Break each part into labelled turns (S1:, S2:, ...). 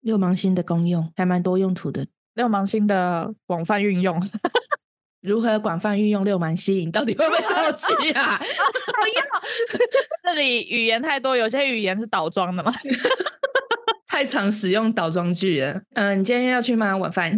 S1: 六芒星的功用还蛮多用途的。
S2: 六芒星的广泛运用，
S1: 如何广泛运用六芒星？ 到底会不会造句啊？
S2: 这里语言太多，有些语言是倒装 的嘛。
S1: 太常使用倒装句了。嗯、你今天要去吗？晚饭。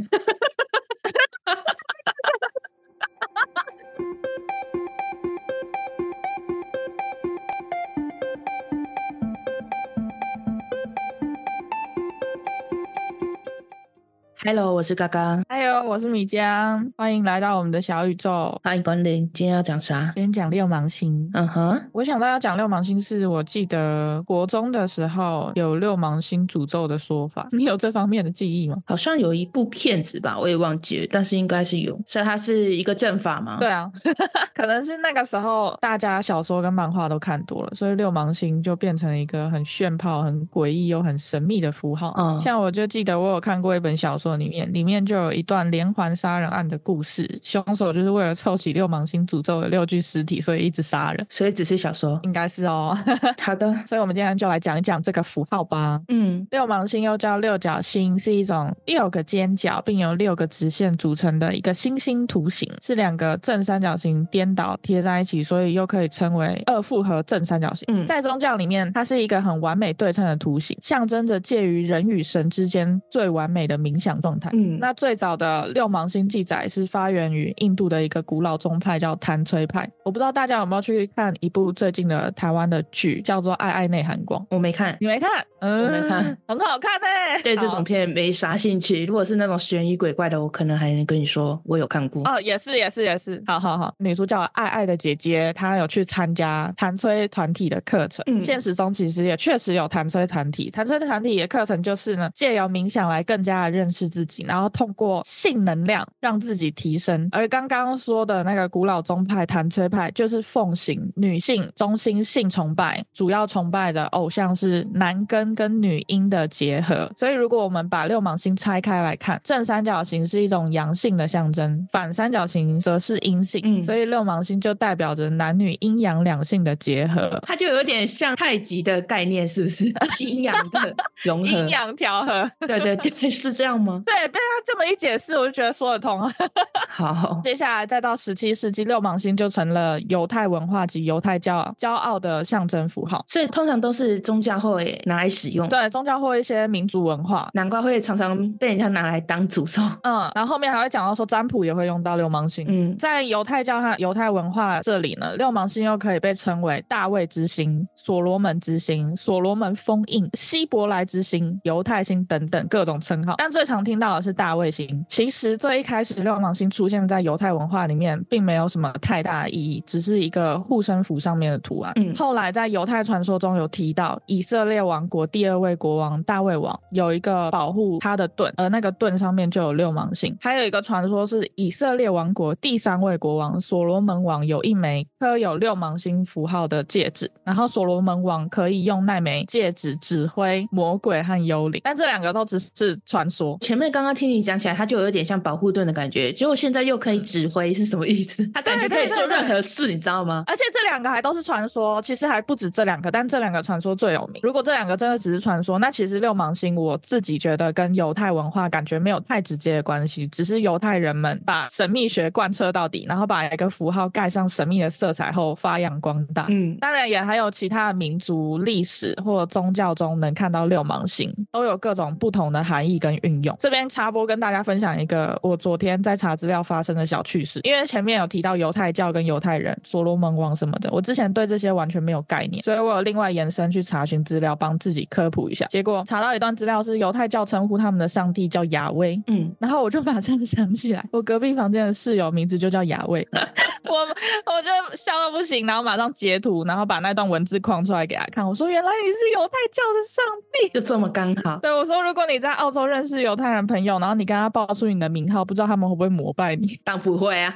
S1: Hello，我是嘎嘎，
S2: 还有，我是米江，欢迎来到我们的小宇宙。
S1: 欢迎光临。今天要讲啥？
S2: 今天讲六芒星。
S1: 嗯哼，
S2: 我想到要讲六芒星，是我记得国中的时候有六芒星诅咒的说法。 你有这方面的记忆吗？
S1: 好像有一部片子吧，我也忘记了，但是应该是有。所以它是一个阵法吗？
S2: 对，啊， 可能是那个时候大家小说跟漫画都看多了，所以六芒星就变成一个很炫炮、很诡异又很神秘的符号。
S1: 嗯
S2: 像我就记得我有看过一本小说，里面里面就有一段连环杀人案的故事，凶手就是为了凑齐六芒星诅咒的六具尸体，所以一直杀人，
S1: 所以只是小说。
S2: 应该是哦。
S1: 好的，
S2: 所以我们今天就来讲一讲这个符号吧。
S1: 嗯，
S2: 六芒星又叫六角星，是一种六个尖角并由六个直线组成的一个星星图形，是两个正三角形颠倒贴在一起，所以又可以称为二复合正三角形。
S1: 嗯
S2: 在宗教里面，它是一个很完美对称的图形，象征着介于人与神之间最完美的冥想状态。
S1: 嗯
S2: 那最早的六芒星记载是发源于印度的一个古老宗派，叫谭崔派。我不知道大家有没有去看一部最近的台湾的剧，叫做《爱爱内涵光》。
S1: 我没看，
S2: 你没看？嗯，
S1: 没看，
S2: 很好看呢、
S1: 对这
S2: 好
S1: 种片没啥兴趣。如果是那种悬疑鬼怪的，我可能还能跟你说我有看过。
S2: 哦，也是，也是，也是，好好好。女主角爱爱的姐姐，她有去参加弹吹团体的课程。
S1: 嗯
S2: 现实中其实也确实有弹吹团体，弹吹团体的课程就是呢，借由冥想来更加的认识自己，然后通过性能量让自己提升。而刚刚说的那个古老宗派弹吹派，就是奉行女性中心性崇拜，主要崇拜的偶像是男根跟女阴的结合。所以如果我们把六芒星拆开来看，正三角形是一种阳性的象征，反三角形则是阴性。
S1: 嗯
S2: 所以六芒星就代表着男女阴阳两性的结合。
S1: 它就有点像太极的概念，是不 是？阴阳的融合
S2: 阴，阳调和，
S1: 对对对，是这样吗？
S2: 嗯 对，被他这么一解释，我就觉得说得通。
S1: 好，
S2: 接下来再到十七世纪，六芒星就成了犹太文化及犹太教骄傲的象征符号。
S1: 所以通常都是宗教会拿来使用，
S2: 对，宗教或一些民族文化，
S1: 难怪会常常被人家拿来当诅咒。
S2: 嗯，然后后面还会讲到说占卜也会用到六芒星。
S1: 嗯，
S2: 在犹太教和犹太文化这里呢，六芒星又可以被称为大卫之星、所罗门之星、所罗门封印、希伯来之星、犹太星等等各种称号。但最常听到的是大卫星。其实最一开始六芒星出现在犹太文化里面，并没有什么太大的意义，只是一个护身符上面的图案。
S1: 嗯
S2: 后来在犹太传说中有提到，以色列王国第二位国王大卫王有一个保护他的盾，而那个盾上面就有六芒星。还有一个传说是以色列王国第三位国王所罗门王有一枚刻有六芒星符号的戒指，然后所罗门王可以用那枚戒指指挥魔鬼和幽灵，但这两个都只是传说。
S1: 前面刚刚听你讲起来，它就有点像保护盾的感觉，结果现在又可以指挥，是什么意思？它感觉可以做任何事，你知道吗？
S2: 而且这两个还都是传说，其实还不止这两个，但这两个传说最有名。如果这两个真的只是传说，那其实六芒星我自己觉得跟犹太文化感觉没有太直接的关系，只是犹太人们把神秘学贯彻到底，然后把一个符号盖上神秘的色彩后发扬光大。
S1: 嗯，
S2: 当然，也还有其他的民族历史或宗教中能看到六芒星，都有各种不同的含义跟运用。这边插播跟大家分享一个我昨天在查资料发生的小趣事，因为前面有提到犹太教跟犹太人、所罗门王什么的，我之前对这些完全没有概念，所以我有另外延伸去查询资料，帮自己科普一下。结果查到一段资料是犹太教称呼他们的上帝叫亚威，
S1: 嗯，
S2: 然后我就马上想起来，我隔壁房间的室友名字就叫雅卫， 我我就笑到不行，然后马上截图，然后把那段文字框出来给他看。我说：“原来你是犹太教的上帝。”
S1: 就这么刚好。
S2: 对我说：“如果你在澳洲认识犹太人朋友，然后你跟他报出你的名号，不知道他们会不会膜拜你
S1: 当然不会啊，？”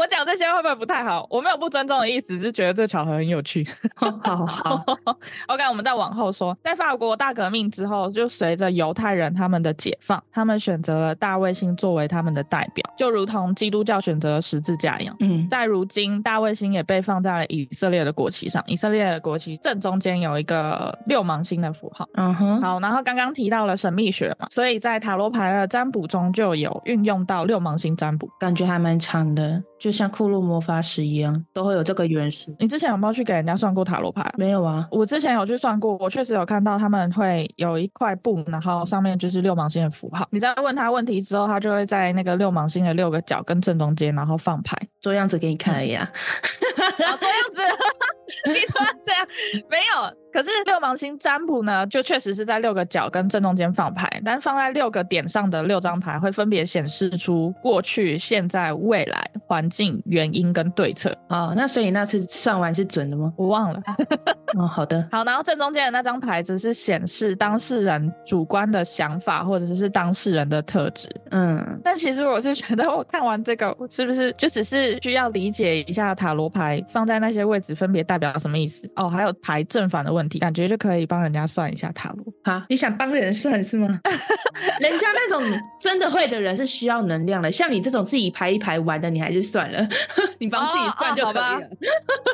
S2: 我讲这些会不会不太好？我没有不尊重的意思，只是觉得这巧合很有趣。
S1: 好 好，
S2: OK，我们再往后说，在法国大革命之后，就随着犹太人他们的解放，他们选择了大卫星作为他们的代表，就如同基督教选择了十字架一样。
S1: 嗯，
S2: 在如今，大卫星也被放在了以色列的国旗上。以色列的国旗正中间有一个六芒星的符号。
S1: 嗯哼，
S2: 好，然后刚刚提到了神秘学嘛，所以在塔罗牌的占卜中就有运用到六芒星占卜。
S1: 感觉还蛮长的，就像库洛魔法石一样，都会有这个元素。
S2: 你之前有没有去给人家算过塔罗牌啊？
S1: 没有啊，
S2: 我之前有去算过，我确实有看到他们会有一块布，然后上面就是六芒星的符号。你在问他问题之后，他就会在那个六芒星的六个角跟正中间，然后放牌。
S1: 做样子给你看而已啊。
S2: 好，哦这样子， 你怎么这样？没有。可是六芒星占卜呢，就确实是在六个角跟正中间放牌，但放在六个点上的六张牌会分别显示出过去、现在、未来、环境、原因跟对策。
S1: 哦，那所以那次算完是准的吗？
S2: 我忘了。
S1: 哦，好的，
S2: 好，然后正中间的那张牌只是显示当事人主观的想法或者是当事人的特质，
S1: 嗯，
S2: 但其实我是觉得，我看完这个，我是不是就只是需要理解一下塔罗牌放在那些位置分别代表什么意思？哦，还有牌正反的问题，感觉就可以帮人家算一下塔罗。
S1: 好，你想帮人算是吗？ 人家那种真的会的人是需要能量的，像你这种自己排一排玩的，你还是算了， 你帮自己算就可以了。
S2: 哦哦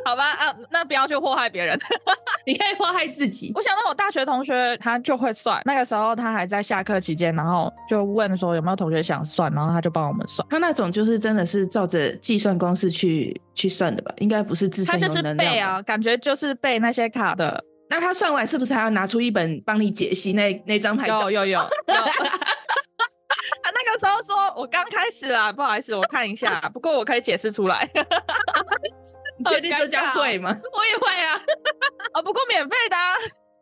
S2: 好吧好吧，啊，那不要去祸害别人。
S1: 你可以祸害自己。
S2: 我想到我大学同学，他就会算，那个时候他还在下课期间，然后就问说有没有同学想算，然后他就帮我们算。
S1: 他那种就是真的是照着计算公式去去算的吧，应该不是自
S2: 他
S1: 身有
S2: 就是
S1: 能量
S2: 背
S1: 吧。
S2: 啊，感觉就是背那些卡的，
S1: 那他算完是不是还要拿出一本帮你解析那那张牌照？
S2: 有 有有。有他那个时候说，我刚开始啦，不好意思，我看一下，不过我可以解释出来。
S1: 你确定这叫
S2: 啊
S1: 会吗？ 我也会啊。
S2: 哦，不过免费的、啊，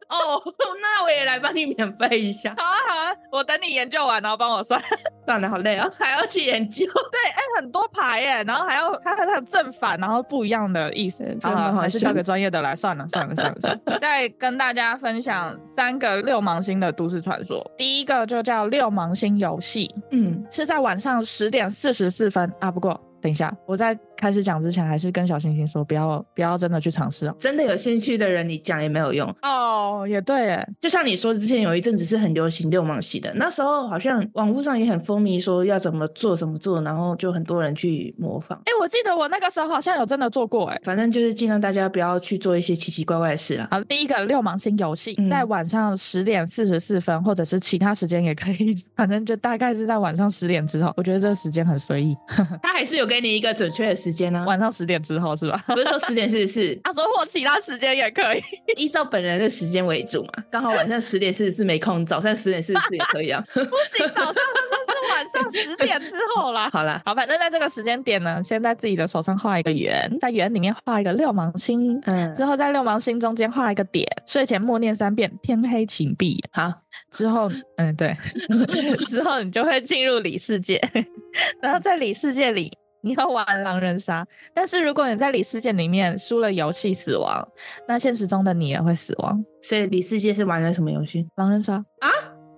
S1: 哦， 那我也来帮你免费一下。
S2: 好啊好啊，我等你研究完，然后帮我算。
S1: 算了，好累哦，还要去研究。
S2: 对，哎、很多牌耶，然后还要它它有正反，然后不一样的意思
S1: 嗯。
S2: 好
S1: 真的
S2: 了，
S1: 好
S2: 还是
S1: 笑
S2: 交给专业的来算了，算了，算了，算 了。再跟大家分享三个六芒星的都市传说，第一个就叫六芒星游戏。
S1: 嗯，
S2: 是在晚上十点四十四分啊。不过等一下，我在开始讲之前，还是跟小星星说，不要不要真的去尝试哦。
S1: 真的有兴趣的人，你讲也没有用。
S2: 哦，也对耶，
S1: 就像你说，之前有一阵子是很流行六芒星的，那时候好像网络上也很风靡，说要怎么做怎么做，然后就很多人去模仿。
S2: 哎，我记得我那个时候好像有真的做过哎。
S1: 反正就是尽量大家不要去做一些奇奇怪怪的事 啦。
S2: 好，第一个六芒星游戏，
S1: 嗯
S2: 在晚上十点四十四分，或者是其他时间也可以， 反正就大概是在晚上十点之后。我觉得这个时间很随意，
S1: 他还是有给你一个准确的时间呢、
S2: 晚上十点之后是 吧？
S1: 不是说十点四十四，
S2: 他说或其他时间也可以。
S1: 依照本人的时间为主嘛。刚好晚上十点四十四没空，早上十点四十四也可以啊。
S2: 不行，早上 是晚上十点之后啦。
S1: 好啦，
S2: 好，反正在这个时间点呢，先在自己的手上画一个圆，在圆里面画一个六芒星，
S1: 嗯，
S2: 之后在六芒星中间画一个点。睡前默念三遍“天黑请闭眼
S1: 好，”，
S2: 之后，嗯，对， 之后你就会进入里世界， 然后在里世界里。你要玩狼人杀，但是如果你在里世界里面输了游戏死亡，那现实中的你也会死亡。
S1: 所以李世界是玩了什么游戏？
S2: 狼人杀，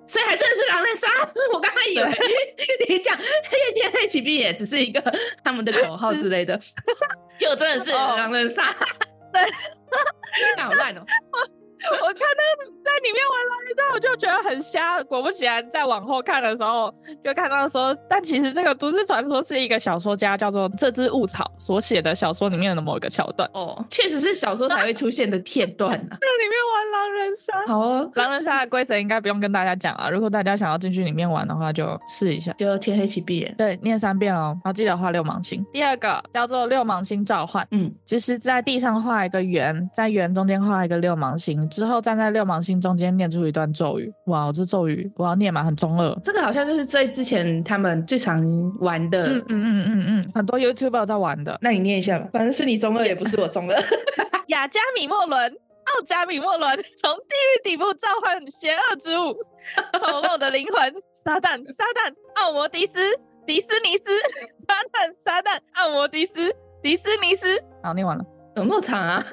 S1: 所以还真的是狼人杀。 我刚才以为 你讲黑天黑起闭眼只是一个他们的口号之类的， 结果真的是
S2: 哦
S1: 狼人杀。
S2: 对，
S1: 好烂哦！
S2: 我看到在里面玩狼人杀，我就觉得很瞎。果不其然，在往后看的时候，就看到说，但其实这个都市传说是一个小说家叫做这只雾草所写的小说里面的某一个桥段。
S1: 哦，确实是小说才会出现的片段啊。
S2: 那里面玩狼人杀，
S1: 好哦，
S2: 狼人杀的规则应该不用跟大家讲啊。如果大家想要进去里面玩的话，就试一下。
S1: 就天黑起闭眼。
S2: 对，念三遍哦，然后记得画六芒星。第二个叫做六芒星召唤，
S1: 嗯，
S2: 就是在地上画一个圆，在圆中间画一个六芒星，之后站在六芒星中间念出一段咒语。哇，这咒语我要念嘛，很中二。
S1: 这个好像就是在之前他们最常玩的。
S2: 嗯嗯嗯嗯嗯，很多 YouTuber 在玩 的。
S1: 那你念一下吧，反正是你中二，也不是我中 二。
S2: 雅加米莫伦、奥加米莫伦从地狱底部召唤邪恶之物，丑陋的灵魂，撒旦，撒旦，奥摩迪斯，迪斯尼斯， 撒旦，撒旦，奥摩迪斯，迪斯尼斯。好，念完了。
S1: 总诺场啊，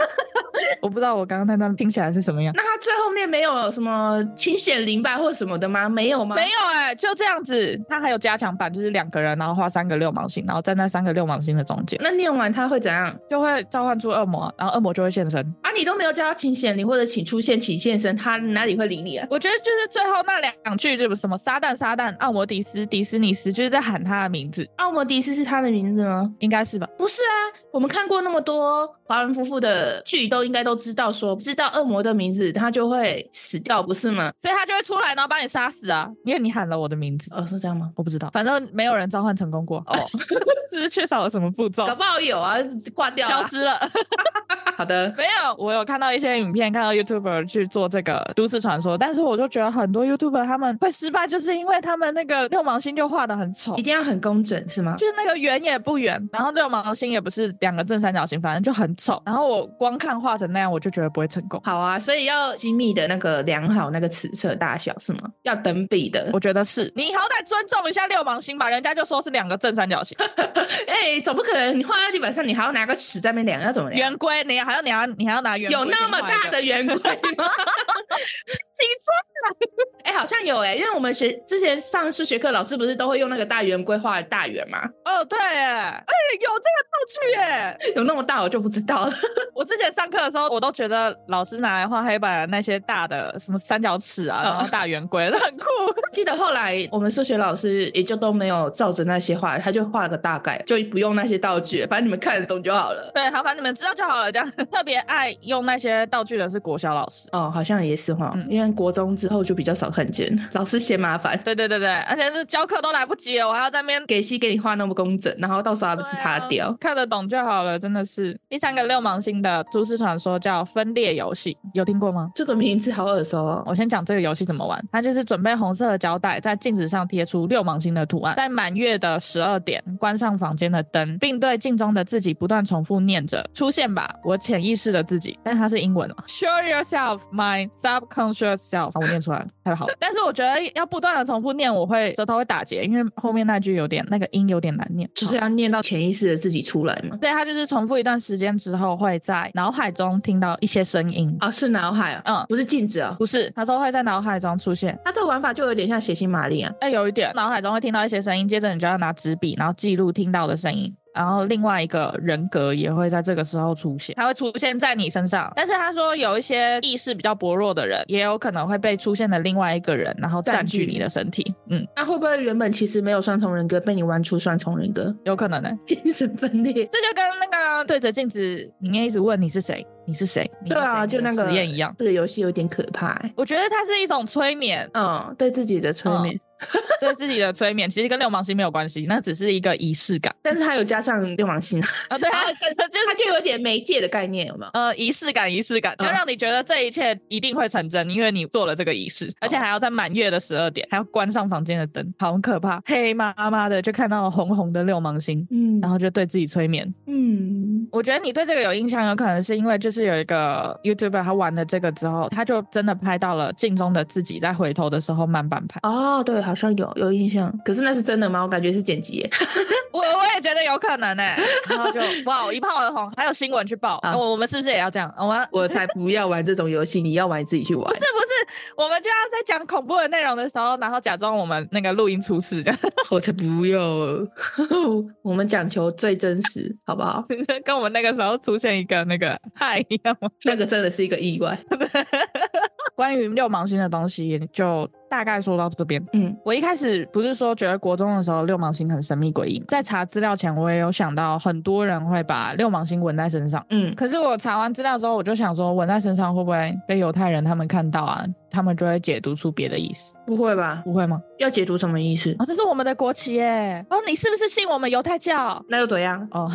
S2: 我不知道我刚刚那段听起来是什么样。
S1: 那他最后面没有什么清显灵吧或什么的吗？没有吗？
S2: 没有哎、就这样子。他还有加强版，就是两个人，然后花三个六芒星，然后站在三个六芒星的中间，
S1: 那念完他会怎样？
S2: 就会召唤出恶魔，然后恶魔就会现身。
S1: 啊，你都没有叫他请显灵或者请出现、请现身，他哪里会理你啊？
S2: 我觉得就是最后那两句，就是什么撒旦撒旦，奥摩迪斯迪斯尼斯，就是在喊他的名字，
S1: 奥摩迪斯是他的名字吗？
S2: 应该是吧？
S1: 不是啊，我们看过那么多华人夫妇的剧，都应该都知道说，知道恶魔的名字，他就会死掉，不是吗？
S2: 所以他就会出来，然后把你杀死啊，因为你喊了我的名字。
S1: 哦，是这样吗？
S2: 我不知道，反正没有人召唤成功过，
S1: 哦，
S2: 就是缺少了什么步骤
S1: 搞，不好有啊，挂掉
S2: 消
S1: 啊、
S2: 失了。
S1: 好的，
S2: 没有，我有看到一些影片，看到 YouTuber 去做这个都市传说，但是我就觉得很多 YouTuber 他们会失败，就是因为他们那个六芒星就画的很丑
S1: 一。定要很工整是吗？
S2: 就是那个圆也不圆，然后六芒星也不是两个正三角形，反正就很丑。然后我光看画成那样，我就觉得不会成功。
S1: 好啊，所以要精密的那个量好那个尺寸大小是吗？要等比的。
S2: 我觉得是你好歹尊重一下六芒星吧，人家就说是两个正三角形，
S1: 哎、总不可能你画在地板上，你还要拿个尺在那边量，要怎么量？
S2: 圆规你还要你要你还要拿圆规
S1: 有那么大的圆规吗？
S2: 几
S1: 哎、好像有哎、因为我们学之前上数学课，老师不是都会用那个大圆规画大圆吗？
S2: 哦，对耶，哎，有这个道具耶。
S1: 有那么大我就不知道了。
S2: 我之前上课的时候，我都觉得老师拿来画黑板的那些大的什么三角尺啊，
S1: 嗯
S2: 然后大圆规， 都很酷。
S1: 记得后来我们数学老师也就都没有照着那些画，他就画了个大概，就不用那些道具，反正你们看得懂就好了。
S2: 对，好，反正你们知道就好了。这样 特别爱用那些道具的是国小老师。
S1: 哦，好像也是哈，
S2: 嗯
S1: 因为国中之后就比较少看见，老师嫌麻烦，
S2: 对对对对，而且是教课都来不及了，我还要在那边
S1: 给戏给你画那么工整，然后到时候还不是擦掉？
S2: 看得懂就好了，真的是。第三个六芒星的都市传说叫分裂游戏，有听过吗？
S1: 这个名字好耳熟哦。
S2: 我先讲这个游戏怎么玩，它就是准备红色的胶带，在镜子上贴出六芒星的图案，在满月的十二点关上房间的灯，并对镜中的自己不断重复念着：“出现吧，我潜意识的自己。”但它是英文哦，Show yourself, my subconscious self。我啊念出来了，太好了。但是我觉得要不断的重复念，我会舌头会打结，因为后面那句有点那个音有点难念，
S1: 就是要念到潜意识的自己出来嘛？
S2: 对，它就是重复一段时间之后，会在脑海中听到一些声音。
S1: 哦，是脑海、哦，
S2: 嗯
S1: 不是镜子哦。
S2: 不是，他说会在脑海中出现。
S1: 他这个玩法就有点像血腥玛丽啊。
S2: 哎，有一点，脑海中会听到一些声音，接着你就要拿纸笔，然后记录听到的声音。然后另外一个人格也会在这个时候出现，它会出现在你身上。但是他说有一些意识比较薄弱的人，也有可能会被出现的另外一个人，然后占
S1: 占据
S2: 据你的身体。嗯，
S1: 那会不会原本其实没有双重人格，被你玩出双重人格，
S2: 有可能呢、
S1: 精神分裂？
S2: 这就跟那个对着镜子里面一直问你是谁，你是谁，你是
S1: 对啊，
S2: 谁
S1: 就
S2: 的
S1: 那个
S2: 实验一样。
S1: 这个游戏有点可怕、欸。
S2: 我觉得它是一种催眠，
S1: 嗯，对自己的催眠，
S2: 嗯对自己的催眠，其实跟六芒星没有关系，那只是一个仪式感
S1: 但是他有加上六芒星，
S2: 啊。对啊，
S1: 就是他就有点媒介的概念，有没有？
S2: 呃，仪式感，仪式感，要
S1: 嗯
S2: 让你觉得这一切一定会成真，因为你做了这个仪式，而且还要在满月的十二点，还要关上房间的灯，好很可怕，黑麻麻的，就看到红红的六芒星。
S1: 嗯
S2: 然后就对自己催眠。
S1: 嗯，
S2: 我觉得你对这个有印象，有可能是因为就是有一个 YouTuber 他玩了这个之后，他就真的拍到了镜中的自己在回头的时候慢半拍。
S1: 哦，对，好像有有印象，可是那是真的吗？我感觉是剪辑耶。
S2: 我我也觉得有可能呢、欸 嗯然后就哇一炮而红，还有新闻去报。
S1: 啊
S2: 我我们是不是也要这样？我们要
S1: 我才不要玩这种游戏，你要玩你自己去玩
S2: 是。不是我们就要在讲恐怖的内容的时候，然后假装我们那个录音出事，这样
S1: 我才不要，
S2: 啊
S1: 我们讲求最真实，好不好？
S2: 跟我们那个时候出现一个那个嗨一样吗？
S1: 那个真的是一个意外。
S2: 关于六芒星的东西就大概说到这边。
S1: 嗯，
S2: 我一开始不是说觉得国中的时候六芒星很神秘诡异吗，在查资料前我也有想到很多人会把六芒星纹在身上。
S1: 嗯，
S2: 可是我查完资料之后，我就想说，纹在身上会不会被犹太人他们看到啊？他们就会解读出别的意思，
S1: 不会吧？
S2: 不会吗？
S1: 要解读什么意思？
S2: 哦，这是我们的国旗耶！哦，你是不是信我们犹太教？
S1: 那又怎样？
S2: 哦，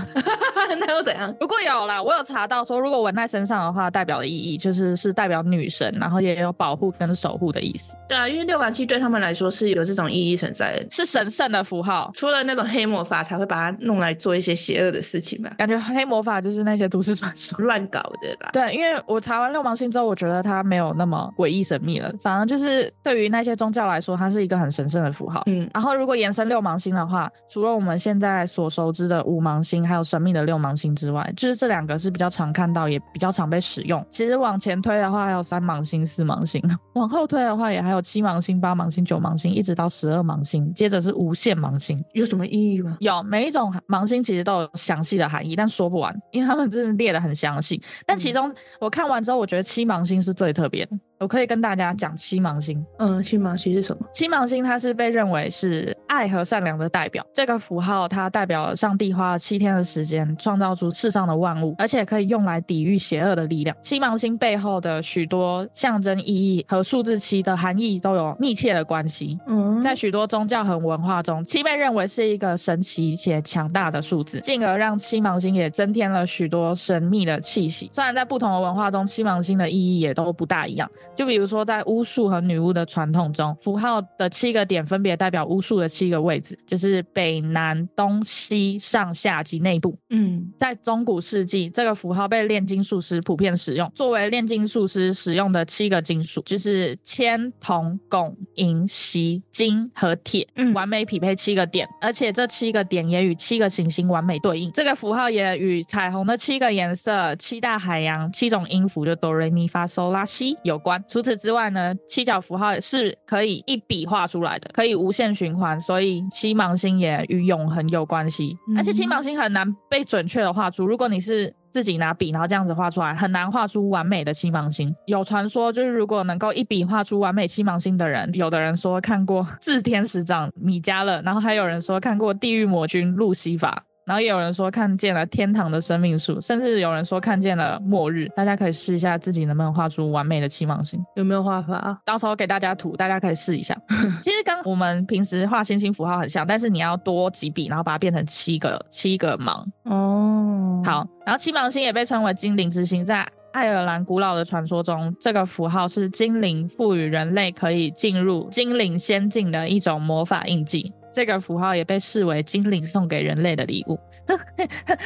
S1: 那又怎样？
S2: 不过有啦，我有查到说，如果纹在身上的话，代表的意义就是是代表女神，然后也有保护跟守护的意思。
S1: 对啊，因为六板七对他们来说是有这种意义存在的，
S2: 是神圣的符号。
S1: 除了那种黑魔法才会把它弄来做一些邪恶的事情吧，
S2: 感觉黑魔法就是那些都市传 说。
S1: 乱搞的啦。
S2: 对，因为我查完六芒星之后，我觉得它没有那么诡异神秘了，反而就是对于那些宗教来说，它是一个很神圣的符号。
S1: 嗯，
S2: 然后，如果延伸六芒星的话，除了我们现在所熟知的五芒星，还有神秘的六芒星之外，就是这两个是比较常看到，也比较常被使用。其实往前推的话，还有三芒星、四芒星；往后推的话，也还有七芒星、八芒星、九芒星，一直到十二芒星，接着是无限芒星。
S1: 有什么意义吗？
S2: 有每一种芒星其实都有详细的含义，但说不完，因为他们真的列的很详细。但其中、我看完之后，我觉得七芒星是最特别的。我可以跟大家讲七芒星。
S1: 嗯，信盲其实是什么？
S2: 七芒星它是被认为是爱和善良的代表。这个符号它代表了上帝花了七天的时间创造出世上的万物，而且可以用来抵御邪恶的力量。七芒星背后的许多象征意义和数字七的含义都有密切的关系。
S1: 嗯，
S2: 在许多宗教和文化中，七被认为是一个神奇且强大的数字，进而让七芒星也增添了许多神秘的气息。虽然在不同的文化中，七芒星的意义也都不大一样。就比如说，在巫术和女巫的传统中，符号的七个点分别代表巫术的七个位置，就是北南、东西、上下及内部。
S1: 嗯，
S2: 在中古世纪，这个符号被炼金术师普遍使用，作为炼金术师使用的七个金属，就是铅、铜、汞、银、锡、金和铁，
S1: 嗯
S2: 完美匹配七个点，而且这七个点也与七个行星完美对应。这个符号也与彩虹的七个颜色、七大海洋、七种音符，就哆瑞咪发嗦拉西有关。除此之外呢，七角符号是可以一笔画出来的，可以无限循环，所以七芒星也与永恒有关系。而且七
S1: 嗯
S2: 芒星很难被准确的画出，如果你是。自己拿笔，然后这样子画出来，很难画出完美的七芒星。有传说，就是如果能够一笔画出完美七芒星的人，有的人说看过《炽天使长》米迦勒，然后还有人说看过《地狱魔君》路西法，然后也有人说看见了天堂的生命树，甚至有人说看见了末日。大家可以试一下自己能不能画出完美的七芒星，
S1: 有没有画法？
S2: 到时候给大家图，大家可以试一下。 其实跟我们平时画星星符号很像，但是你要多几笔，然后把它变成七个七个芒。
S1: 哦，
S2: 好，然后七芒星也被称为精灵之星，在爱尔兰古老的传说中，这个符号是精灵赋予人类可以进入精灵仙境的一种魔法印记。这个符号也被视为精灵送给人类的礼物，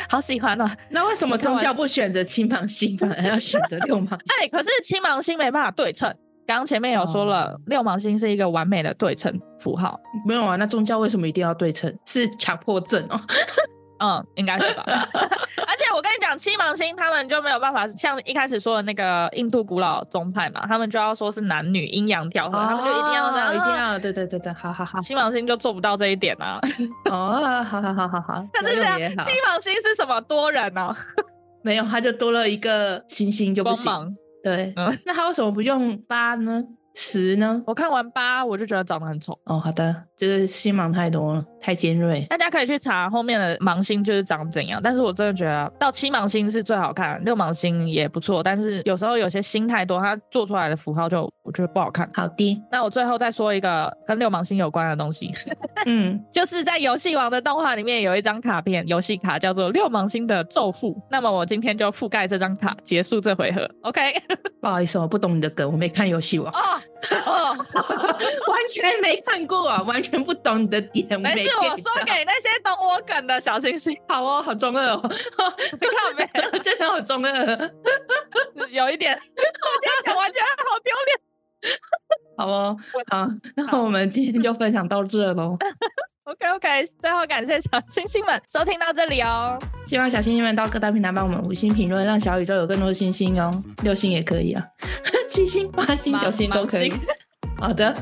S2: 好喜欢哦！
S1: 那为什么
S2: 你看
S1: 宗
S2: 完
S1: 教不选择青芒星，反而要选择六芒？
S2: 哎，可是七芒星没办法对称。刚刚前面有说了，
S1: 哦
S2: 六芒星是一个完美的对称符号，
S1: 没有啊，那宗教为什么一定要对称？是强迫症哦。
S2: 嗯，应该是吧。 而且我跟你讲，七芒星他们就没有办法像一开始说的那个印度古老宗派嘛，他们就要说是男女阴阳调和，他们就一定要那
S1: 哦
S2: 样，啊
S1: 一定。要，对对对对，好好 好，
S2: 七芒星就做不到这一点啊！
S1: 哦，好好好好好，
S2: 但是这样
S1: 没有 也，好
S2: 七芒星是什么多人呢、啊？
S1: 没有，他就多了一个星星就不
S2: 光
S1: 行。
S2: 芒。
S1: 对，
S2: 嗯
S1: 那他为什么不用八呢？十呢？
S2: 我看完八，我就觉得长得很丑。
S1: 哦，好的，就是星芒太多了，太尖锐。
S2: 大家可以去查后面的芒星就是长怎样，但是我真的觉得到七芒星是最好看，六芒星也不错，但是有时候有些星太多，它做出来的符号就我觉得不好看。
S1: 好 的，
S2: 那我最后再说一个跟六芒星有关的东西，
S1: 嗯，
S2: 就是在游戏王的动画里面有一张卡片，游戏卡叫做六芒星的咒符。那么我今天就覆盖这张卡，结束这回合。OK？
S1: 不好意思，我不懂你的梗，我没看游戏王，
S2: 哦哦，
S1: 完全没看过啊，完全不懂你的点。
S2: 没事，我说给那些懂我梗的小星星，
S1: 好哦，好中二哦，
S2: 你看
S1: 真的好中二。哦
S2: 没？有一点，我今天讲完觉得好丢脸。
S1: 好哦，好，那我们今天就分享到这喽。
S2: OK OK，最后感谢小星星们收听到这里哦。
S1: 希望小星星们到各大平台帮我们五星评论，让小宇宙有更多的星星哦，六星也可以啊， 七星、八星、
S2: 忙
S1: 九星都可以
S2: 忙。
S1: 好的，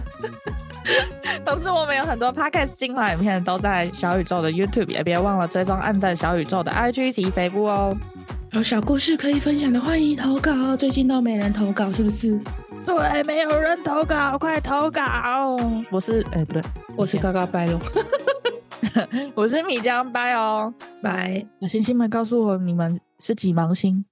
S2: 同时，我们有很多 podcast 精华影片都在小宇宙的 YouTube，也别忘了追踪暗赞小宇宙的 IG 及肥布哦。
S1: 有小故事可以分享的，欢迎投稿哦。最近都没人投稿，是不是？
S2: 对，没有人投稿，快投稿！我是哎、不对，
S1: 我是嘎嘎拜 喽，
S2: 我是米江拜哦。
S1: 拜。
S2: 小星星们，告诉我你们是几芒星？